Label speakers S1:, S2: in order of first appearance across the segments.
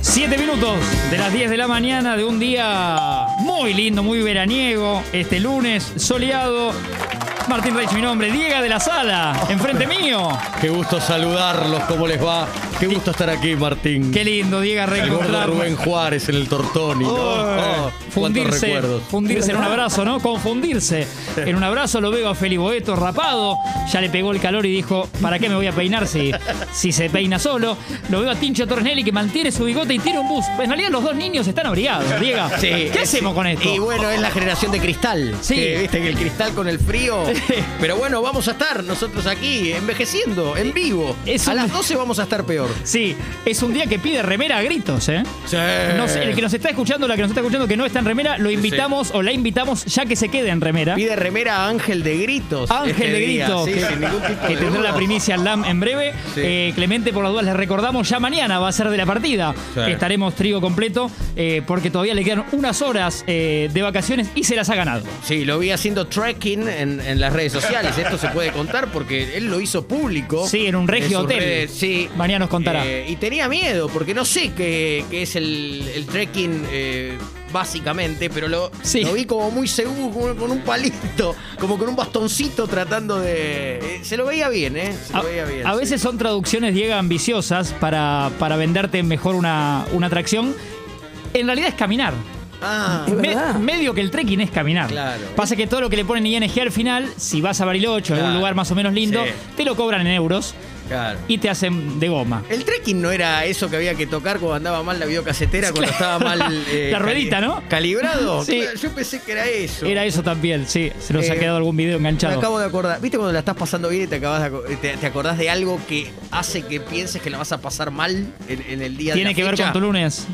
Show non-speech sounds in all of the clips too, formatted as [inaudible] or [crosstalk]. S1: Siete minutos de las 10 de la mañana de un día muy lindo, muy veraniego. Este lunes soleado. Martín Reich, mi nombre. Diego de la Sala, enfrente mío.
S2: Qué gusto saludarlos, ¿cómo les va? Qué gusto estar aquí, Martín.
S1: Qué lindo, Diego,
S2: El gordo
S1: reencontrarnos.
S2: Rubén Juárez en el Tortoni. ¿no? Oh, cuántos
S1: Fundirse,
S2: recuerdos.
S1: fundirse en
S2: [laughs]
S1: un abrazo, ¿no? Confundirse. En un abrazo lo veo a Feli Boeto rapado. Ya le pegó el calor y dijo, ¿para qué me voy a peinar si, si se peina solo? Lo veo a Tincho Tornelli que mantiene su bigote y tira un bus. En realidad los dos niños están abrigados, Diego. ¿Qué hacemos con esto?
S3: Y bueno, es la generación de cristal.
S1: Sí.
S3: Que, Viste que el cristal con
S1: [laughs]
S3: el frío. Pero bueno, vamos a estar nosotros aquí, envejeciendo, en vivo.
S1: Es
S3: a
S1: un-
S3: las 12 vamos a estar peor.
S1: Sí, es un día que pide remera a gritos, ¿eh?
S3: Sí.
S1: Nos- el que nos está escuchando, la que nos está escuchando que no está en remera, lo invitamos o la invitamos ya que se quede en remera.
S3: Pide remera a Ángel de Gritos.
S1: Ángel
S3: este
S1: de
S3: día,
S1: Grito,
S3: sí,
S1: que,
S3: sin ningún tipo
S1: que
S3: de
S1: tendrá
S3: duda.
S1: la primicia al LAM en breve.
S3: Sí.
S1: Eh, Clemente, por las dudas, les recordamos, ya mañana va a ser de la partida.
S2: Sí.
S1: Estaremos trigo completo, eh, porque todavía le quedan unas horas eh, de vacaciones y se las ha ganado.
S3: Sí, lo vi haciendo tracking en, en las redes sociales. Esto se puede contar porque él lo hizo público.
S1: Sí, en un regio
S3: sus
S1: hotel.
S3: redes, sí.
S1: Mañana nos contará.
S3: Eh, y tenía miedo porque no sé qué, qué es el, el trekking eh, básicamente, pero lo,
S1: Sí.
S3: lo vi como muy seguro, como con un palito, como con un bastoncito tratando de. eh, se lo veía bien, ¿eh? Se lo
S1: A,
S3: veía bien.
S1: a
S3: sí.
S1: veces son traducciones, Diego, ambiciosas para, para venderte mejor una, una atracción. En realidad es caminar.
S3: Ah,
S1: Me- medio que el trekking es caminar.
S3: Claro.
S1: Pasa que todo lo que le ponen ING al final, si vas a Bariloche o en un
S3: Claro.
S1: lugar más o menos lindo,
S3: Sí.
S1: te lo cobran en euros
S3: claro.
S1: y te hacen de goma.
S3: El trekking no era eso que había que tocar cuando andaba mal la videocasetera,
S1: [laughs]
S3: cuando estaba mal. eh,
S1: La ruedita, ¿no?
S3: Calibrado.
S1: Sí.
S3: Yo pensé que era eso.
S1: Era eso también, sí. Se nos
S3: Eh,
S1: ha quedado algún video
S3: Me
S1: enganchado.
S3: acabo de acordar. ¿Viste cuando la estás pasando bien y te, acabas de aco- te, te acordás de algo que hace que pienses que la vas a pasar mal en, en el día
S1: Tiene
S3: de la
S1: que ver
S3: fecha?
S1: con tu lunes.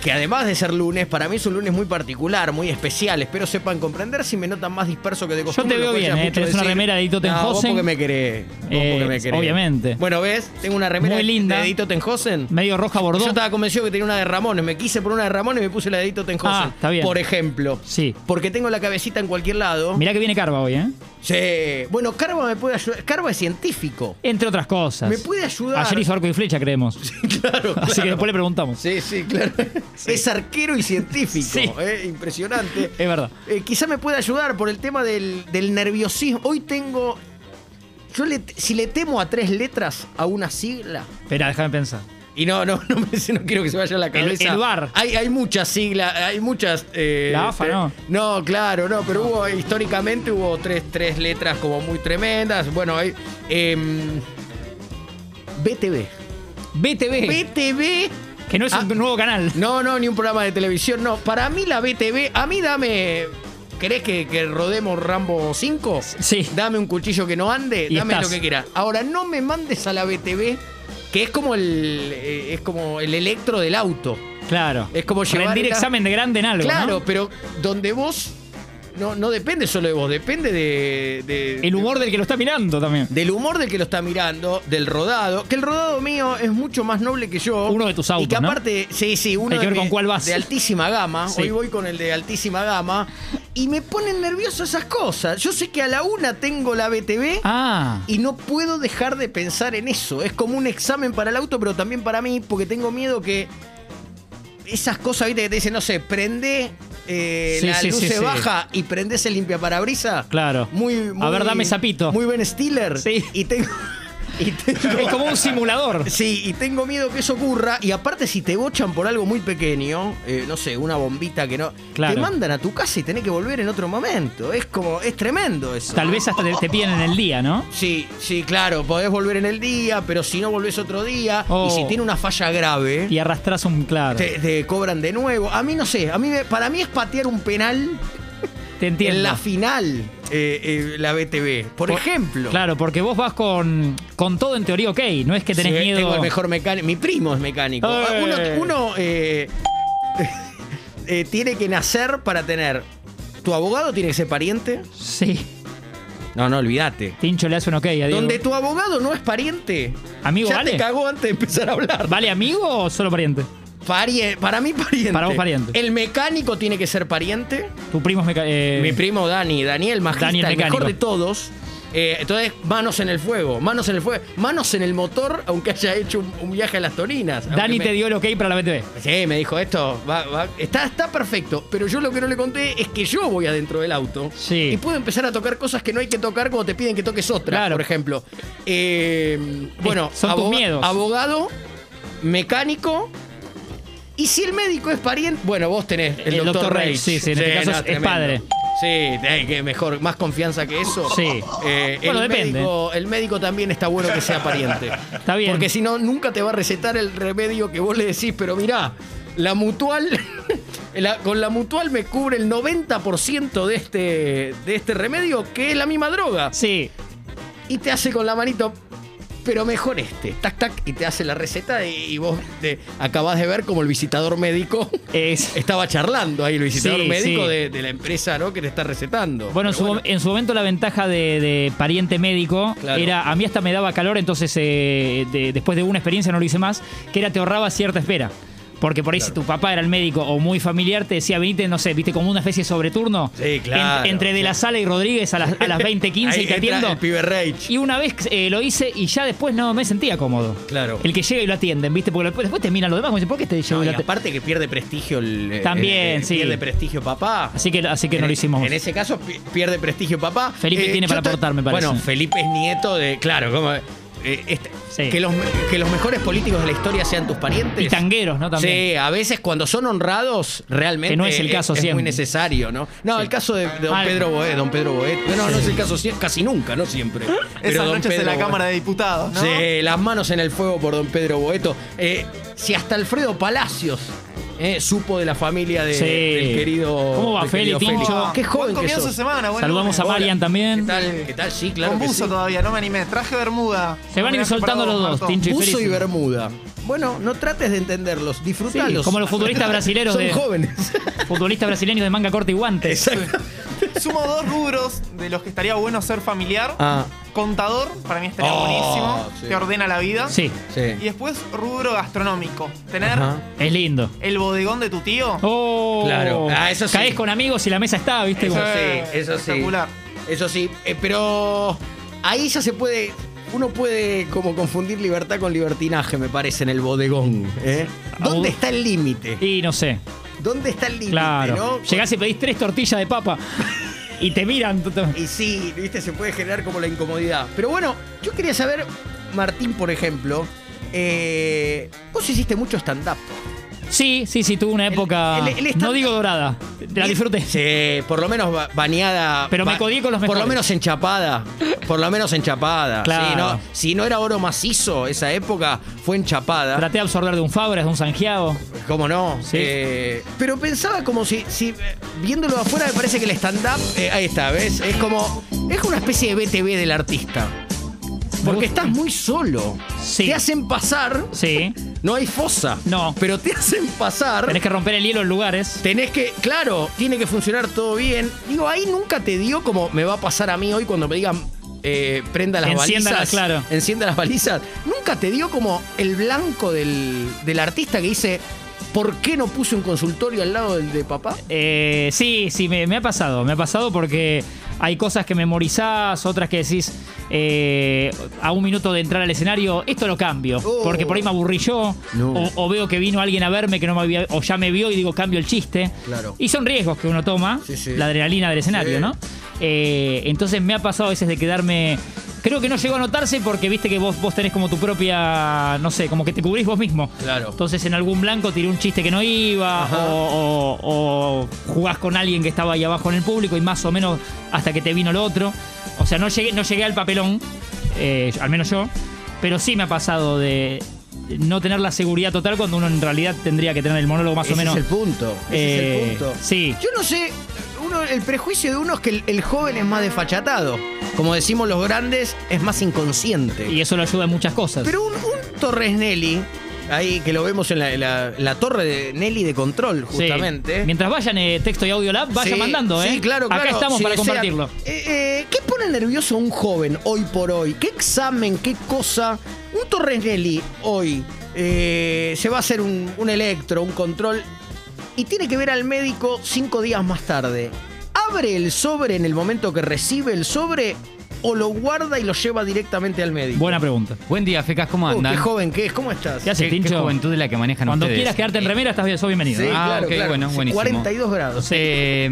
S3: Que además de ser lunes, para mí es un lunes muy particular, muy especial. Espero sepan comprender si me notan más disperso que de costumbre.
S1: te veo
S3: lo cual ya
S1: bien,
S3: es
S1: eh.
S3: mucho
S1: Tenés una
S3: decir.
S1: remera de Dito
S3: No, vos
S1: Tenhosen.
S3: porque me querés. Vos
S1: Eh,
S3: porque me querés.
S1: obviamente.
S3: Bueno, ¿ves? Tengo una remera
S1: Muy
S3: de-
S1: linda.
S3: de Dito Tenhosen.
S1: Medio roja bordó.
S3: Yo estaba convencido que tenía una de Ramones. Me quise por una de Ramones y me puse la de Dito Tenhosen.
S1: Ah, está bien.
S3: Por ejemplo.
S1: Sí.
S3: Porque tengo la cabecita en cualquier lado.
S1: Mirá que viene Carva hoy, ¿eh?
S3: Sí. Bueno, Carva me puede ayudar. Carva es científico.
S1: Entre otras cosas.
S3: Me puede ayudar.
S1: Ayer hizo arco y flecha, creemos.
S3: Claro.
S1: [laughs] Así que después le preguntamos.
S3: Sí, sí, claro. [laughs] Es arquero y científico.
S1: Sí.
S3: ¿eh? Impresionante.
S1: Es verdad.
S3: Eh, quizá me pueda ayudar por el tema del, del nerviosismo. Hoy tengo. Yo le- si le temo a tres letras a una sigla.
S1: Espera, déjame pensar.
S3: Y no, no, [laughs] no, me- no quiero que se vaya a la cabeza.
S1: el VAR.
S3: Hay, hay muchas siglas, hay muchas. eh,
S1: La AFA,
S3: este,
S1: ¿no?
S3: No, claro, no, pero hubo, históricamente hubo tres, tres letras como muy tremendas. Bueno, hay. em, BTV.
S1: BTV,
S3: BTV.
S1: Eh. que no es un
S3: Ah.
S1: nuevo canal.
S3: No, no, ni un programa de televisión, no. Para mí la BTV, a mí dame. ¿Querés que, que rodemos Rambo 5?
S1: Sí.
S3: Dame un cuchillo que no ande,
S1: Y
S3: dame
S1: estás.
S3: lo que quieras. Ahora, no me mandes a la BTV, que es como el, eh, es como el electro del auto.
S1: Claro.
S3: Es como llevar
S1: Rendir
S3: la-
S1: examen de grande en algo.
S3: claro,
S1: ¿no?
S3: pero donde vos. No, no depende solo de vos, depende de. de-
S1: El humor del que lo está mirando también.
S3: del humor del que lo está mirando, del rodado, que el rodado mío es mucho más noble que yo.
S1: Uno de tus autos,
S3: Y que
S1: ¿no?
S3: aparte, sí, sí, uno
S1: Hay que
S3: de,
S1: ver con cuál vas.
S3: de altísima gama.
S1: Sí.
S3: Hoy voy con el de altísima gama. Y me ponen nervioso esas cosas. Yo sé que a la una tengo la BTV.
S1: Ah.
S3: Y no puedo dejar de pensar en eso. Es como un examen para el auto, pero también para mí, porque tengo miedo que esas cosas, viste, que te dicen, no sé, prende, eh,
S1: Sí,
S3: la
S1: sí,
S3: luz
S1: sí,
S3: se
S1: sí.
S3: baja y prendés el limpiaparabrisas.
S1: Claro.
S3: Muy, muy-
S1: ver, dame sapito.
S3: Muy Ben Stiller.
S1: Sí.
S3: Y tengo. y tengo-
S1: Es como un simulador.
S3: Sí, y tengo miedo que eso ocurra. Y aparte, si te bochan por algo muy pequeño, eh, no sé, una bombita que no.
S1: Claro.
S3: Te mandan a tu casa y tenés que volver en otro momento. Es como. Es tremendo eso.
S1: Tal vez hasta te, te piden en el día, ¿no?
S3: Sí, sí, claro, podés volver en el día, pero si no volvés otro día,
S1: Oh.
S3: y si tiene una falla grave,
S1: Y arrastras un claro. Te,
S3: te, te cobran de nuevo. A mí no sé, a mí me- para mí es patear un penal
S1: entiendo.
S3: en la final, eh, eh, la BTV, por, ejemplo.
S1: Claro, porque vos vas con, con todo en teoría ok, no es que tenés
S3: Sí,
S1: miedo.
S3: Tengo el mejor mecánico, mi primo es mecánico. Ah, Uno,
S1: ¡Eh!
S3: uno, eh, [laughs] eh, tiene que nacer para tener... ¿Tu abogado tiene que ser pariente?
S1: Sí,
S3: No, no, olvídate.
S1: Tincho le hace un ok a Diego.
S3: Donde tu abogado no es pariente,
S1: Amigo,
S3: ya
S1: ¿vale?
S3: te cagó antes de empezar a hablar.
S1: ¿Vale amigo o solo pariente?
S3: Parie- para mí pariente.
S1: Para vos, pariente.
S3: El mecánico tiene que ser pariente.
S1: Tu primo es meca- eh,
S3: Mi primo Dani, Daniel Magista,
S1: Dani, el
S3: el mejor
S1: mecánico.
S3: de todos. Eh, entonces, manos en el fuego, manos en el fuego, manos en el motor, aunque haya hecho un, un viaje a las Torinas. aunque
S1: Dani
S3: me-
S1: te dio el ok para la BTV.
S3: Sí, me dijo esto, va- va- está, está perfecto, pero yo lo que no le conté es que yo voy adentro del auto
S1: Sí.
S3: y puedo empezar a tocar cosas que no hay que tocar cuando te piden que toques otra,
S1: Claro.
S3: por ejemplo. Eh, bueno,
S1: son tus miedos.
S3: abogado, mecánico y si el médico es pariente, bueno, vos tenés el,
S1: El
S3: doctor,
S1: Dr. Reich,
S3: Reich.
S1: sí, sí, en este caso es- es
S3: tremendo.
S1: padre.
S3: Sí, eh, que mejor, más confianza que eso.
S1: Sí.
S3: Eh,
S1: Bueno,
S3: el
S1: depende.
S3: Médico, el médico también está bueno que sea pariente.
S1: [laughs] Está bien.
S3: Porque si no, nunca te va a recetar el remedio que vos le decís, pero mirá, la mutual, [laughs] la- con la mutual me cubre el 90% de este, de este remedio, que es la misma droga.
S1: Sí,
S3: Y te hace con la manito, pero mejor este, tac, tac, y te hace la receta y, y vos te, acabás de ver como el visitador médico [laughs]
S1: es.
S3: estaba charlando ahí, el visitador
S1: Sí,
S3: médico
S1: sí.
S3: de, de la empresa ¿no? que te está recetando.
S1: Bueno, en
S3: Pero
S1: su, mom- en su momento la ventaja de, de pariente médico
S3: Claro.
S1: era, a mí hasta me daba calor, entonces eh, de- después de una experiencia no lo hice más, que era te ahorraba cierta espera. Porque por ahí si tu papá era el médico o muy familiar, te decía, venite, no sé, viste, como una especie de sobreturno.
S3: Sí, claro.
S1: En- entre De La Sala y Rodríguez a las, a las
S3: [laughs]
S1: 20.15
S3: Ahí
S1: y te
S3: entra
S1: atiendo.
S3: El pibe Reich.
S1: Y una vez eh, lo hice y ya después no me sentía cómodo.
S3: Claro.
S1: El que llega y lo atienden, ¿viste? Porque después, después te miran los demás como dicen, ¿por qué te llegó
S3: No,
S1: y
S3: y
S1: lo ate-?"
S3: aparte que pierde prestigio el. eh,
S1: También,
S3: eh,
S1: sí.
S3: Pierde prestigio papá.
S1: Así que, así que
S3: En
S1: no lo
S3: e-
S1: hicimos.
S3: En ese caso pi- pierde prestigio papá. Eh,
S1: Felipe tiene
S3: yo
S1: para
S3: te-
S1: aportar, me parece.
S3: Bueno, Felipe es nieto de. Claro, como. eh, este-
S1: Sí.
S3: que, los, me- que los mejores políticos de la historia sean tus parientes.
S1: Y tangueros, ¿no? También.
S3: Sí, a veces cuando son honrados, realmente eh,
S1: Que no es el caso
S3: es,
S1: siempre.
S3: muy necesario, ¿no? No, el caso de, de don
S1: Ah,
S3: Pedro Boet, don Pedro Boet. No, no, no es el caso sie- casi nunca, no siempre.
S4: Esas
S3: don
S4: noches en la
S3: Pedro Boet-
S4: Cámara de Diputados, ¿no?
S3: Sí, las manos en el fuego por don Pedro Boeto. Eh, si hasta Alfredo Palacios eh, supo de la familia de,
S1: Sí.
S3: del querido.
S1: ¿Cómo va,
S3: del
S1: Feli,
S3: querido
S1: Tincho?
S4: Ah,
S3: Qué joven que
S4: buen comienzo
S3: sos.
S4: de semana, buen
S1: Saludamos a
S4: lunes.
S1: Marian
S3: ¿Qué
S1: también.
S3: tal? ¿Qué tal? Sí, claro.
S4: Con
S3: que
S4: buzo
S3: sí.
S4: todavía, no me animé. Traje bermuda.
S1: Se van a ir
S4: Homenaje
S1: soltando
S4: para
S1: los
S4: vos,
S1: dos,
S4: Marto.
S1: Tincho. Soy
S3: Buzo
S1: feliz.
S3: y Bermuda. Bueno, no trates de entenderlos, disfrútalos.
S1: Sí, como los
S3: [laughs]
S1: futbolistas brasileros
S3: Son
S1: de- [laughs]
S3: jóvenes.
S1: Futbolistas brasileños de manga corta y guantes.
S3: Exacto.
S4: Sumo dos rubros de los que estaría bueno ser familiar.
S3: Ah,
S4: Contador, para mí estaría
S3: Oh,
S4: buenísimo.
S3: sí.
S4: Te ordena la vida.
S1: Sí,
S4: Y
S3: sí.
S4: después rubro gastronómico. Tener
S3: Ajá.
S1: es lindo.
S4: el bodegón de tu tío.
S1: Oh,
S3: Claro. Ah, eso sí.
S1: Caes con amigos y la mesa está, ¿viste?
S4: Eso
S1: Como-
S4: es.
S3: sí, eso sí.
S4: Espectacular.
S3: Eso sí, eh, pero ahí ya se puede. Uno puede como confundir libertad con libertinaje, me parece, en el bodegón. ¿eh? ¿Dónde
S1: Ah,
S3: está el límite?
S1: Y no sé,
S3: ¿Dónde está el límite?
S1: claro.
S3: ¿no?
S1: Llegás y pedís tres tortillas de papa y te miran. t- t-
S3: Y sí, viste, se puede generar como la incomodidad. Pero bueno, yo quería saber, Martín, por ejemplo, eh, vos hiciste mucho stand-up.
S1: Sí, sí, sí, tuve una época.
S3: el- el stand-
S1: no digo dorada, la
S3: Y-
S1: disfruté.
S3: Sí, por lo menos ba- bañada.
S1: Pero me
S3: ba-
S1: codié con los
S3: Por
S1: mejores.
S3: lo menos enchapada. Por lo menos enchapada.
S1: Claro.
S3: Sí, no- si no era oro macizo, esa época fue enchapada.
S1: Traté de absorber de un Fabra, de un Sangiao.
S3: ¿Cómo no?
S1: Sí.
S3: Eh, pero pensaba como si, si, eh, viéndolo de afuera me parece que el stand-up, eh, ahí está, ¿ves? Es como, es una especie de BTV del artista. Porque
S1: gusta.
S3: estás muy solo.
S1: Sí.
S3: Te hacen pasar,
S1: Sí.
S3: no hay fosa.
S1: No.
S3: Pero te hacen pasar.
S1: Tenés que romper el hielo en lugares.
S3: Tenés que, claro, tiene que funcionar todo bien. Digo, ahí nunca te dio como me va a pasar a mí hoy cuando me digan eh, prenda las
S1: Enciéndalas,
S3: balizas.
S1: claro.
S3: Encienda las balizas. Nunca te dio como el blanco del, del artista que dice, ¿por qué no puse un consultorio al lado del de papá?
S1: Eh, sí, sí, me, me ha pasado. Me ha pasado porque hay cosas que memorizás, otras que decís eh, a un minuto de entrar al escenario, esto lo cambio.
S3: Oh.
S1: Porque por ahí me aburrí yo.
S3: No.
S1: O, o veo que vino alguien a verme que no me había, o ya me vio y digo cambio el chiste.
S3: Claro.
S1: Y son riesgos que uno toma,
S3: Sí, sí.
S1: la adrenalina del escenario,
S3: Sí.
S1: ¿no? Eh, entonces me ha pasado a veces de quedarme. Creo que no llegó a notarse porque viste que vos, vos tenés como tu propia. No sé, como que te cubrís vos mismo.
S3: Claro.
S1: Entonces en algún blanco tiré un chiste que no iba
S3: Ajá.
S1: o, o- o jugás con alguien que estaba ahí abajo en el público y más o menos hasta que te vino el otro. O sea, no llegué, no llegué al papelón, eh, al menos yo, pero sí me ha pasado de no tener la seguridad total cuando uno en realidad tendría que tener el monólogo más
S3: Ese
S1: o menos.
S3: es el punto. Ese es
S1: Eh,
S3: el punto.
S1: sí.
S3: Yo no sé, uno, el prejuicio de uno es que el, el joven es más desfachatado. Como decimos los grandes, es más inconsciente.
S1: Y eso lo ayuda en muchas cosas.
S3: Pero un, un Torres Nelly, ahí que lo vemos en la, la- la torre de Nelly de control,
S1: Sí.
S3: justamente.
S1: Mientras vayan eh, texto y audio lab, vaya
S3: Sí,
S1: mandando, ¿eh?
S3: Sí, claro,
S1: Acá
S3: claro.
S1: estamos
S3: Si
S1: para
S3: desean.
S1: compartirlo.
S3: Eh, eh, ¿Qué pone nervioso a un joven hoy por hoy? ¿Qué examen, qué cosa? Un Torres Nelly hoy eh, se va a hacer un, un electro, un control, y tiene que ver al médico cinco días más tarde. Abre el sobre en el momento que recibe el sobre o lo guarda y lo lleva directamente al médico?
S1: Buena pregunta.
S5: Buen día, Fecas, ¿cómo
S3: Oh,
S5: andan?
S3: qué joven que es, ¿cómo estás?
S1: ¿Qué Uh, hace,
S5: ¿Qué, qué
S1: Tincho?
S5: juventud es la que manejan
S1: Cuando
S5: ustedes?
S1: quieras quedarte en remera, estás bien, sos bienvenido.
S3: Sí,
S1: ¿eh?
S5: Ah,
S3: claro,
S5: ok,
S3: claro.
S5: bueno, buenísimo.
S3: 42 grados.
S5: Eh,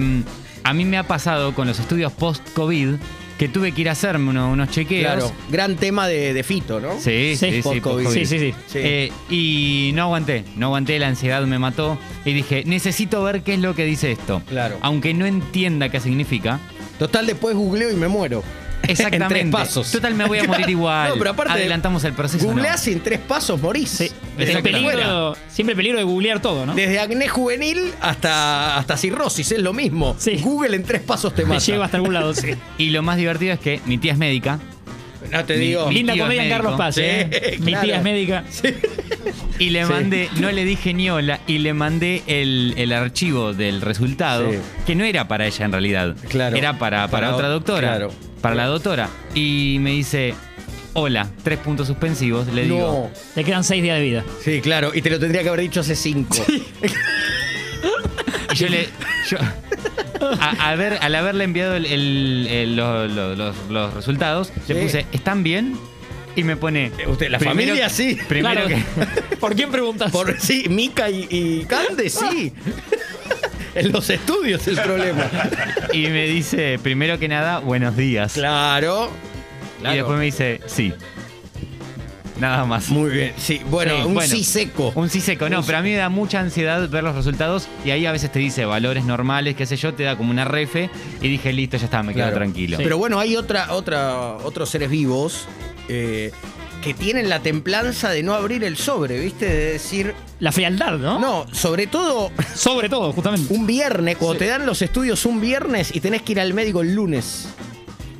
S5: a mí me ha pasado con los estudios post-COVID que tuve que ir a hacerme uno- unos chequeos.
S3: Claro, gran tema de, de Fito, ¿no?
S5: Sí,
S1: Sí,
S5: sí, sí,
S3: post-COVID.
S1: Sí,
S5: post-COVID.
S1: sí, sí.
S3: Sí.
S5: Eh, y no aguanté, no aguanté, la ansiedad me mató. Y dije, necesito ver qué es lo que dice esto.
S2: Claro.
S5: Aunque no entienda qué significa.
S2: Total, después googleo y me
S3: [laughs]
S2: muero.
S5: Exactamente.
S2: En tres pasos.
S5: Total, me voy a morir igual.
S3: No, pero aparte-
S5: Adelantamos el proceso. ¿no?
S3: Googleás y en tres pasos morís.
S1: Sí. El
S5: Exactamente.
S1: peligro, siempre el peligro de googlear todo, ¿no?
S3: Desde acné juvenil hasta, hasta cirrosis, es lo mismo.
S1: Sí.
S3: Google en tres pasos te
S1: Te
S3: mata.
S1: lleva hasta algún lado,
S3: [laughs]
S1: sí.
S5: Y lo más divertido es que mi tía es médica
S3: No te digo.
S5: Mi
S1: Linda
S5: tío es
S1: comedia en
S5: médico.
S1: Carlos Paz,
S3: Sí,
S1: ¿eh? Mi
S3: claro.
S1: tía es médica.
S5: y le
S3: Sí.
S5: mandé, no le dije ni hola, y le mandé el, el archivo del resultado,
S2: Sí.
S5: que no era para ella en realidad.
S2: Claro.
S5: Era para, para
S2: Para
S5: otra
S2: o-
S5: doctora.
S2: claro.
S5: Para la doctora. Y me dice, hola, tres puntos suspensivos. Le
S2: No.
S5: digo,
S1: Te quedan seis días de vida.
S2: Sí, claro. Y te lo tendría que haber dicho hace cinco.
S5: Y yo le. yo- a- a ver, al haberle enviado el- el- el- lo- lo- los, los resultados,
S2: Sí.
S5: le
S2: Eh,
S5: puse, ¿están bien? Y me pone.
S2: usted, la familia, sí.
S5: Primero
S1: Claro.
S5: que.
S1: ¿Por quién preguntas?
S2: Por, sí, Mica y, y Cande,
S1: [laughs]
S2: sí. en los estudios el problema.
S5: Y me dice, primero que nada, buenos días.
S2: Claro.
S5: Y después me dice, sí. Nada más.
S2: Muy bien. Sí, bueno,
S5: Sí,
S2: un
S5: bueno.
S2: sí seco.
S5: Un sí seco, no, pero a mí me da mucha ansiedad ver los resultados y ahí a veces te dice valores normales, qué sé yo, te da como una refe y dije, listo, ya está, me quedo
S2: Claro.
S5: tranquilo.
S3: Pero bueno, hay otra, otra, otros seres vivos eh, que tienen la templanza de no abrir el sobre, ¿viste? De decir.
S1: La frialdad, ¿no?
S3: No, sobre todo [laughs]
S1: Sobre todo, justamente.
S3: un viernes, cuando te dan los estudios un viernes y tenés que ir al médico el lunes.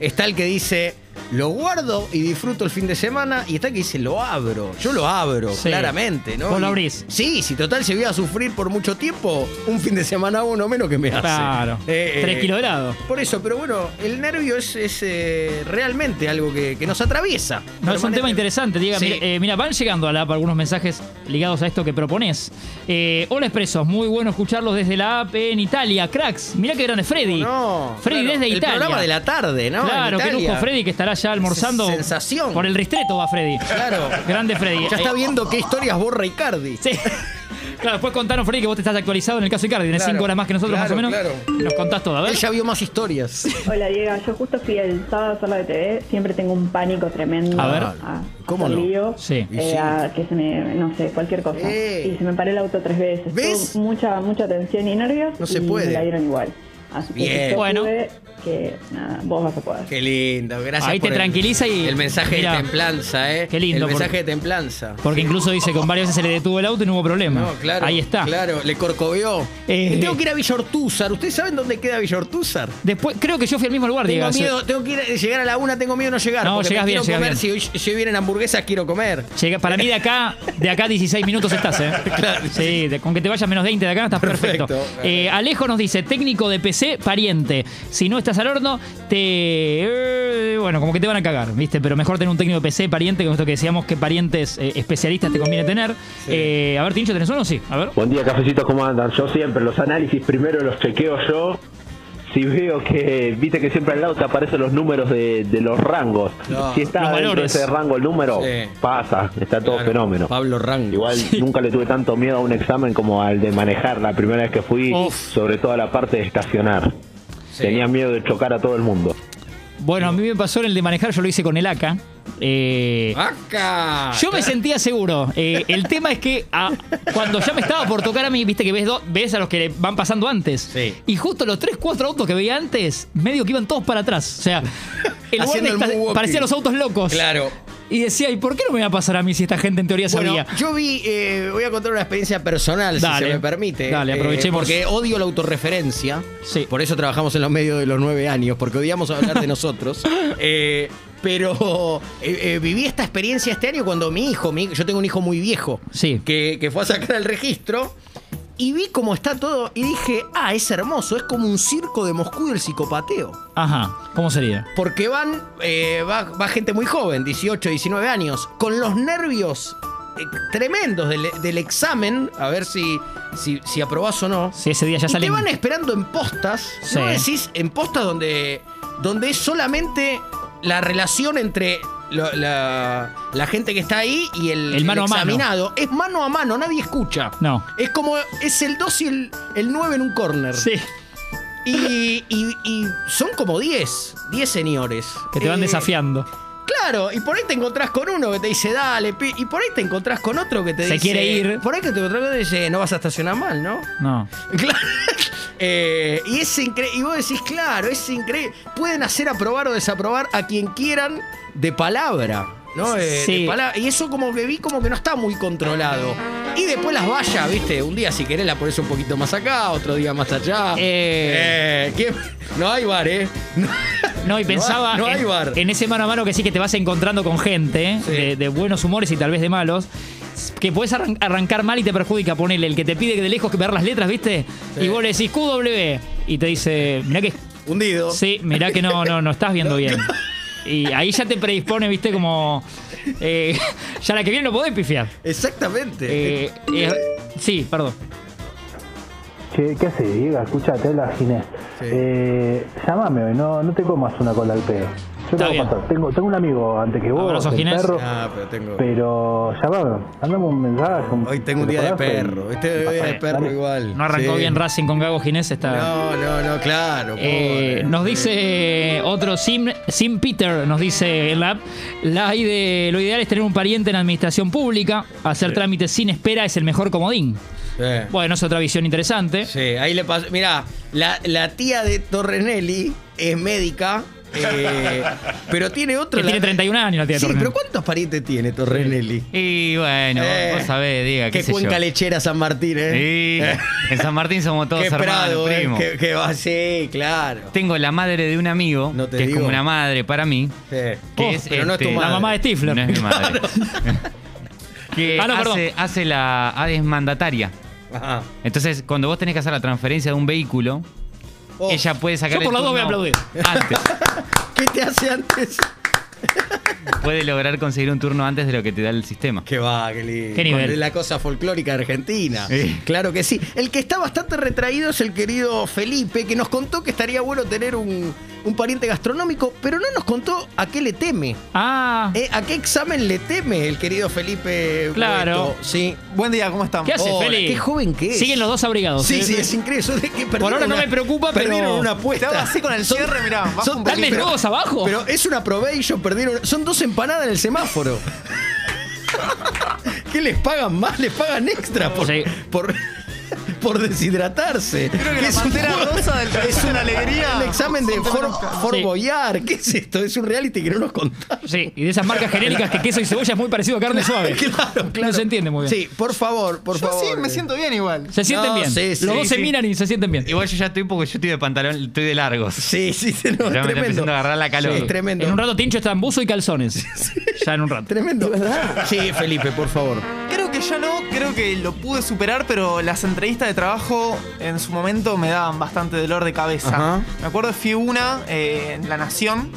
S3: Está el que dice. Lo guardo y disfruto el fin de semana. Y está el que dice, lo abro. Yo lo abro,
S1: Sí.
S3: claramente, ¿no?
S1: Vos lo
S3: Y-
S1: abrís.
S3: Sí, si total se voy a sufrir por mucho tiempo, un fin de semana uno menos que me hace.
S1: Ah, Claro.
S3: Eh, eh,
S1: Tres kilos de helado.
S3: Por eso, pero bueno, el nervio es, es, eh, realmente algo que, que nos atraviesa.
S1: No, es un
S3: Permanente-
S1: tema interesante. Diga,
S3: Sí.
S1: mira, eh, mira, van llegando a la app algunos mensajes ligados a esto que propones. Eh, Hola Expresos, muy bueno escucharlos desde la app en Italia. Cracks, mira qué grande Freddy.
S3: No,
S1: Freddy
S3: claro,
S1: desde
S3: el
S1: Italia.
S3: programa de la tarde, ¿no?
S1: Claro,
S3: En
S1: qué
S3: Italia.
S1: lujo Freddy que estará ya almorzando.
S3: Sensación.
S1: Por el ristreto va Freddy.
S3: Claro.
S1: Grande Freddy.
S3: Ya está
S1: Eh,
S3: viendo qué historias borra Icardi. [laughs]
S1: Sí. Claro, después contaron, Freddy, que vos te estás actualizado en el caso Icardi. Tenés
S3: Claro,
S1: cinco horas más que nosotros,
S3: claro,
S1: más o menos. Nos contás todo, a ver.
S3: Él ya vio más historias.
S6: Hola Diego, yo justo fui el sábado a hacer la BTV, siempre tengo un pánico tremendo
S1: A ver.
S3: ¿Cómo
S6: al
S3: no?
S6: lío,
S1: Sí.
S6: eh, a que se me, no sé, cualquier cosa.
S3: Eh.
S6: Y se me paró el auto tres veces.
S3: ¿Ves?
S6: Tuve mucha, mucha tensión y nervios.
S3: No se
S6: y
S3: puede.
S6: me la dieron igual. Así que
S3: Bien.
S6: yo
S1: Bueno.
S6: tuve que nada, vos vas a poder.
S3: Qué lindo, gracias.
S1: Ahí te
S3: por el-
S1: tranquiliza y-
S3: El mensaje
S1: Mirá.
S3: de templanza, ¿eh?
S1: Qué lindo,
S3: El mensaje
S1: porque-
S3: de templanza.
S1: Porque incluso dice que varias veces se le detuvo el auto y no hubo problema.
S3: No, claro.
S1: Ahí está.
S3: Claro, le corcoveó.
S1: Eh.
S3: Tengo que ir a Villortúzar. ¿Ustedes saben dónde queda Villortúzar?
S1: Después, creo que yo fui al mismo lugar,
S3: Tengo
S1: Diego, hace-
S3: miedo, tengo que ir a- llegar a la una, tengo miedo no llegar.
S1: No,
S3: porque me
S1: llegás bien,
S3: quiero
S1: llegás
S3: comer, Si, hoy, si hoy vienen hamburguesas, quiero comer.
S1: Llega- para mí de acá, de acá 16 minutos estás, ¿eh?
S3: [laughs] Claro.
S1: Sí, de- con que te vayas menos 20 de acá no estás perfecto.
S3: Perfecto.
S1: Eh, Alejo nos dice, técnico de PC, pariente. Si no estás al horno, te... eh, bueno, como que te van a cagar, ¿viste? Pero mejor tener un técnico de PC, pariente, con esto que decíamos que parientes eh, especialistas te conviene tener. Eh, a ver, Tincho, ¿tenés uno? Sí, a ver.
S7: Buen día, cafecitos, ¿cómo andan? Yo siempre, los análisis primero los chequeo yo. Si veo que, viste que siempre al lado te aparecen los números de, de los rangos.
S3: No,
S7: si está
S1: los
S7: dentro de
S1: valores.
S7: ese rango el número,
S3: Sí.
S7: pasa, está todo
S3: Claro,
S7: fenómeno.
S3: Pablo Rango.
S7: Igual nunca le tuve tanto miedo a un examen como al de manejar la primera vez que fui,
S1: Uf.
S7: sobre todo a la parte de estacionar. Tenía miedo de chocar a todo el mundo.
S1: Bueno, a mí me pasó en el de manejar, yo lo hice con el ACA. Eh,
S3: ¡Vaca!
S1: Yo me sentía seguro. Eh, el tema es que ah, cuando ya me estaba por tocar a mí, viste que ves, do- ves a los que le van pasando antes.
S2: Sí.
S1: Y justo los 3, 4 autos que veía antes, medio que iban todos para atrás. O sea, el lugar
S3: Haciendo
S1: de
S3: el
S1: esta-
S3: moonwalking.
S1: parecía los autos locos.
S3: Claro.
S1: Y decía, ¿y por qué no me va a pasar a mí si esta gente en teoría
S3: Bueno,
S1: sabía?
S3: yo vi, eh, voy a contar una experiencia personal,
S1: Dale.
S3: si se me permite.
S1: Dale,
S3: Eh,
S1: aprovechemos.
S3: porque odio la autorreferencia.
S1: Sí.
S3: Por eso trabajamos en los medios de los nueve años, porque odiamos hablar
S1: [laughs]
S3: de nosotros. Eh, pero eh, eh, viví esta experiencia este año cuando mi hijo, mi- yo tengo un hijo muy viejo,
S1: Sí.
S3: que, que fue a sacar el registro. Y vi cómo está todo y dije, ah, es hermoso, es como un circo de Moscú del psicopateo.
S1: Ajá, ¿cómo sería?
S3: Porque van, eh, va, va gente muy joven, 18, 19 años, con los nervios eh, tremendos del, del examen, a ver si, si, si aprobás o no.
S1: Si ese día ya
S3: y te
S1: salen.
S3: van esperando en postas,
S1: Sí.
S3: no decís en postas donde, donde es solamente la relación entre lo- la, la gente que está ahí y el,
S1: El mano a mano.
S3: examinado. Es mano a mano, nadie escucha.
S1: No.
S3: Es como, es el 2 y el, 9 en un corner.
S1: Sí,
S3: Y, y- y son como 10, 10 señores.
S1: que te van
S3: Eh,
S1: desafiando.
S3: Claro, y por ahí te encontrás con uno que te dice, dale, pi-", y por ahí te encontrás con otro que te
S1: Se
S3: dice...
S1: quiere ir.
S3: Por ahí que te encontrás con otro que te dice, no vas a estacionar
S1: [laughs]
S3: mal, ¿no?
S1: No.
S3: Claro. Eh, y, es incre- y vos decís, claro, es increíble. Pueden hacer aprobar o desaprobar a quien quieran de palabra. ¿no? Eh, de
S1: Sí.
S3: pala- y eso como que vi como que no está muy controlado. Y después las vallas, viste, un día si querés la pones un poquito más acá, otro día más allá.
S1: Eh.
S3: Eh, ¿quién- No hay bar, ¿eh? No-
S1: No, y pensaba
S3: No hay- no hay
S1: en-
S3: bar.
S1: en, ese mano a mano que sí que te vas encontrando con gente ¿eh?
S3: Sí.
S1: de, de buenos humores y tal vez de malos. Que puedes arrancar mal y te perjudica. Ponele el que te pide de lejos que ver las letras, ¿viste? Y vos le decís QW. Y te dice, mirá que.
S3: Oh.
S2: Hundido.
S1: Sí, mirá que no, no, no estás viendo
S3: [laughs]
S1: bien. Y ahí ya te predispone, ¿viste? Como. eh, ya la que viene lo podés pifiar.
S2: Exactamente.
S1: Eh, eh, sí, perdón.
S8: Che, ¿qué haces, Diego? Escuchate, habla Ginés. Eh, llámame hoy, no, no te comas una cola al pedo. Yo te
S1: Está
S8: voy a
S1: bien.
S8: contar. Tengo, tengo un amigo antes que vos,
S1: Abrazo,
S8: el
S1: Ginés.
S8: perro,
S2: Ah, pero tengo.
S8: pero llámame, andame un mensaje. un-
S2: Hoy tengo un día de
S8: ¿recordás?
S2: perro. Hoy tengo un día de perro
S8: Dale.
S2: igual.
S1: No arrancó
S2: Sí.
S1: bien Racing con Gago Ginés. Está.
S2: No, no, no, claro.
S1: Eh,
S2: pobre.
S1: nos dice otro Sim, Sim Peter, nos dice en la app, la hay de- lo ideal es tener un pariente en administración pública, hacer trámites sin espera es el mejor comodín.
S2: Eh.
S1: Bueno, es otra visión interesante.
S3: Sí, ahí le pasó. Mirá, la, la tía de Torrenelli es médica, eh, pero tiene otro.
S5: Eh,
S1: Que tiene 31 años la tía de
S3: Sí,
S1: Torrenelli.
S3: pero ¿cuántos parientes tiene Torrenelli?
S5: Y bueno,
S3: Eh,
S5: vos sabés, diga, qué,
S3: Qué
S5: sé
S3: cuenca
S5: yo.
S3: lechera San Martín, [laughs] ¿eh?
S5: Sí, en San Martín somos todos
S3: Qué
S5: hermanos,
S3: Prado, ¿eh?
S5: primo.
S3: Qué, qué va, sí, claro.
S5: Tengo la madre de un amigo,
S2: No te
S5: que es
S2: digo.
S5: como una madre para mí.
S2: Eh.
S5: que
S1: Oh,
S5: es,
S3: pero no es tu
S5: este,
S1: La
S3: madre.
S1: mamá de Stifler.
S5: No es
S3: [laughs]
S5: mi madre. [laughs] que
S1: Ah, no, perdón.
S5: hace, hace la. ah, es mandataria.
S2: Ajá.
S5: Entonces, cuando vos tenés que hacer la transferencia de un vehículo,
S2: Oh,
S5: ella puede sacar.
S1: Yo por las
S5: el
S1: dos voy a
S5: turno
S1: aplaudir.
S5: Antes. [laughs]
S3: ¿Qué te hace antes?
S5: puede lograr conseguir un turno antes de lo que te da el sistema.
S2: Qué va, qué lindo.
S1: Qué nivel.
S3: La cosa folclórica argentina.
S5: Sí.
S3: Claro que sí. El que está bastante retraído es el querido Felipe, que nos contó que estaría bueno tener un, un pariente gastronómico, pero no nos contó a qué le teme.
S1: Ah,
S3: Eh, ¿A qué examen le teme el querido Felipe?
S1: Claro.
S3: Boeto? Sí.
S4: Buen día, ¿cómo están?
S1: ¿qué hace,
S3: Hola,
S1: Feli?
S3: qué joven que es.
S1: Siguen los dos abrigados.
S3: Sí,
S1: eh.
S3: sí, es increíble. Yo sé que perdieron
S1: ahora no
S3: una-
S1: me preocupa, pero-
S3: perdieron una
S4: Te
S3: apuesta.
S4: hago así con el
S3: Son-
S4: cierre, mirá. baja
S3: son
S4: un
S1: ¿Están
S4: poquito.
S1: desnudos abajo?
S3: Pero es una probation, perdieron. Son dos empanadas en
S1: [laughs]
S3: el semáforo. ¿Qué les pagan más? Les pagan extra por,
S1: Sí.
S3: por, por deshidratarse.
S4: Creo que
S3: [laughs]
S4: la
S3: Es un
S4: pantera
S3: juego-
S4: rosa del es una alegría.
S3: El examen de Fort, Fort
S1: Sí.
S3: Boyard. ¿Qué es esto? Es un reality que no nos contaron.
S1: Sí, y de esas marcas genéricas que queso y cebolla es muy parecido a carne suave.
S3: [laughs] Claro, claro.
S1: No se entiende muy bien.
S3: Sí, por favor, por
S4: Yo
S3: favor.
S4: sí me siento bien igual.
S1: Se sienten
S3: No,
S1: bien.
S3: sí,
S1: los
S3: sí,
S1: dos se
S5: sí.
S1: miran y se sienten bien.
S5: Igual yo ya estoy porque yo estoy de pantalón, estoy de largos.
S3: Sí, sí, [laughs] sí, no, es
S5: Ya me está
S3: tremendo.
S5: empezando a agarrar la calor.
S3: Sí, es tremendo.
S1: En un rato Tincho está en buzo y
S3: [laughs]
S1: calzones. Ya en un rato.
S3: Tremendo, ¿verdad? Sí, Felipe, por favor.
S4: Creo que ya no, creo que lo pude superar, pero las entrevistas de trabajo en su momento me daban bastante dolor de cabeza.
S3: Ajá.
S4: Me acuerdo fui a una eh, en La Nación.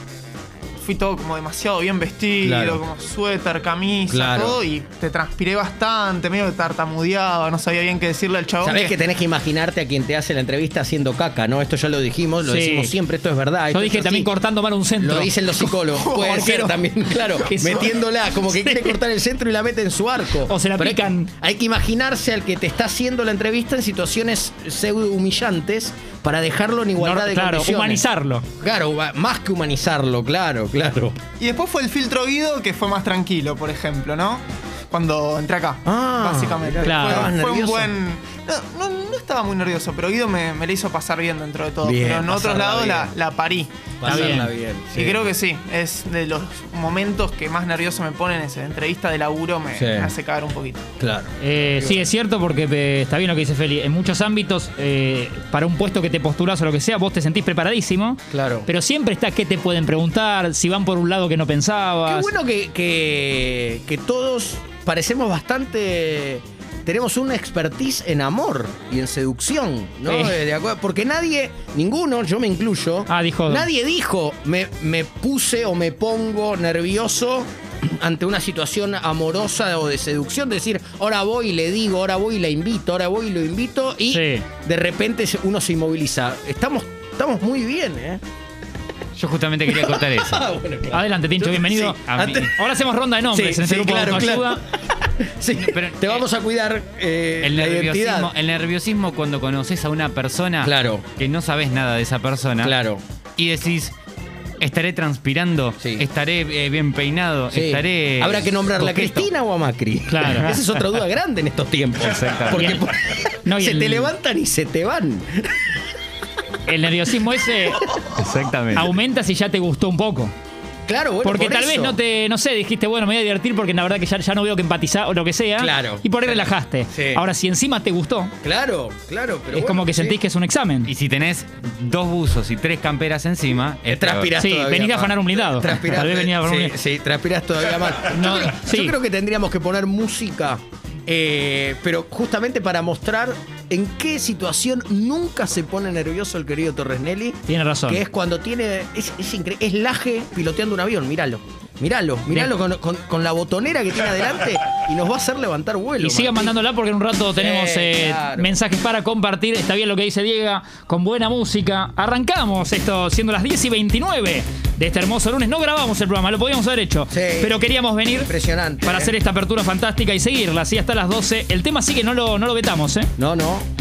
S4: Fui todo como demasiado bien vestido,
S3: Claro.
S4: como suéter, camisa,
S3: Claro.
S4: todo, y te transpiré bastante, medio que tartamudeaba, no sabía bien qué decirle al chabón.
S3: Sabés
S4: que-
S3: que tenés que imaginarte a quien te hace la entrevista haciendo caca, ¿no? Esto ya lo dijimos, lo
S1: Sí.
S3: decimos siempre, esto es verdad.
S1: Yo
S3: esto
S1: dije
S3: es
S1: también
S3: así.
S1: cortando mal un centro.
S3: Lo dicen
S1: [laughs]
S3: los psicólogos.
S1: Como
S3: Puede ser
S1: arquero.
S3: también, claro.
S1: [laughs] Eso.
S3: Metiéndola, como que quiere cortar el centro y la mete en su arco.
S1: O se la
S3: Pero hay que-
S1: pican.
S3: Hay, que imaginarse al que te está haciendo la entrevista en situaciones pseudo humillantes para dejarlo en igualdad
S1: No,
S3: de
S1: claro,
S3: condiciones.
S1: humanizarlo.
S3: Claro, va- más que humanizarlo, claro, claro.
S4: Y después fue el filtro Guido que fue más tranquilo, por ejemplo, ¿no? Cuando entré acá,
S3: Ah,
S4: básicamente.
S1: mirá, claro.
S4: Fue-
S3: ¿Estabas
S4: fue, un
S3: nervioso?
S4: buen. No, no- no estaba muy nervioso, pero Guido me, me le hizo pasar bien dentro de todo.
S3: Bien,
S4: pero en otros
S3: pasarla
S4: lados la,
S3: bien.
S4: la parí.
S3: Pasarla bien. sí.
S4: Y creo que sí, es de los momentos que más nervioso me ponen esa entrevista de laburo, me,
S3: Sí.
S4: me hace cagar un poquito.
S3: Claro.
S1: Eh, sí, es cierto porque eh, está bien lo que dice Feli. En muchos ámbitos, eh, para un puesto que te postulas o lo que sea, vos te sentís preparadísimo.
S3: Claro.
S1: Pero siempre está qué te pueden preguntar, si van por un lado que no pensabas.
S3: Qué bueno que, que- que todos parecemos bastante. Tenemos una expertise en amor y en seducción, ¿no?
S1: Sí.
S3: Eh, de acuerdo, porque nadie, ninguno, yo me incluyo,
S1: Ah, dijo.
S3: nadie dijo, me, me puse o me pongo nervioso ante una situación amorosa o de seducción. Decir, ahora voy y le digo, ahora voy y la invito, ahora voy y lo invito, y
S1: Sí.
S3: de repente se- uno se inmoviliza. Estamos, estamos muy bien, ¿eh?
S5: Yo justamente quería contar eso.
S3: Ah, bueno, claro.
S1: Adelante, Tincho, bienvenido.
S3: Sí,
S5: A mí-
S3: antes-
S1: Ahora hacemos ronda de nombres
S3: Sí,
S1: en este
S3: sí,
S1: grupo de
S3: claro,
S1: autoayuda.
S3: Sí,
S1: [laughs]
S5: pero-
S3: te vamos a cuidar eh, [laughs]
S5: El
S3: la
S5: nerviosismo,
S3: identidad.
S5: el nerviosismo cuando conoces a una persona
S3: Claro.
S5: que no sabes nada de esa
S1: Ah,
S5: persona
S3: Claro.
S5: y decís, estaré transpirando,
S3: Sí.
S5: estaré eh, bien peinado,
S3: Sí.
S5: estaré...
S3: Habrá que nombrarla a
S5: coqueto".
S3: Cristina o a Macri.
S1: Claro.
S3: [laughs] Esa es otra duda grande en estos tiempos. Porque
S1: Bien. No, y
S3: [laughs] se
S1: el-
S3: te levantan y se te van.
S1: El nerviosismo
S3: [laughs]
S1: ese
S5: Exactamente.
S1: aumenta si ya te gustó un poco.
S3: Claro, bueno,
S1: porque
S3: por
S1: tal
S3: eso.
S1: vez no te, no sé, dijiste, bueno, me voy a divertir porque la verdad que ya, ya no veo que empatizar o lo que sea.
S3: Claro.
S1: Y por ahí relajaste.
S3: Sí.
S1: Ahora, si encima te gustó,
S3: Claro, claro, pero
S1: es
S3: bueno,
S1: como que
S3: sí.
S1: sentís que es un examen.
S5: Y si tenés dos buzos y tres camperas encima, es peor.
S3: Transpirás
S1: Sí,
S3: todavía
S1: venís a
S3: más.
S1: afanar un blindado.
S3: Transpirás,
S1: Tal vez venís a afanar un
S3: sí,
S1: blindado.
S3: sí, transpirás todavía más.
S1: No,
S3: yo, creo,
S1: sí.
S3: yo creo que tendríamos que poner música, eh, pero justamente para mostrar en qué situación nunca se pone nervioso el querido Torres Nelly,
S1: Tienes razón.
S3: que es cuando tiene. Es, es incre- es laje piloteando un avión, míralo. Míralo, míralo con, con- con la botonera que tiene adelante y nos va a hacer levantar vuelo.
S1: Y sigan
S3: Martín.
S1: mandándola porque en un rato tenemos eh,
S3: claro.
S1: mensajes para compartir. Está bien lo que dice Diego, con buena música. Arrancamos esto siendo las 10 y 29 de este hermoso lunes. No grabamos el programa, lo podíamos haber hecho.
S3: Sí.
S1: Pero queríamos venir
S3: Impresionante.
S1: para
S3: ¿eh?
S1: hacer esta apertura fantástica y seguirla. Así hasta las 12. El tema sí que no lo, no lo vetamos, ¿eh?
S3: No, no.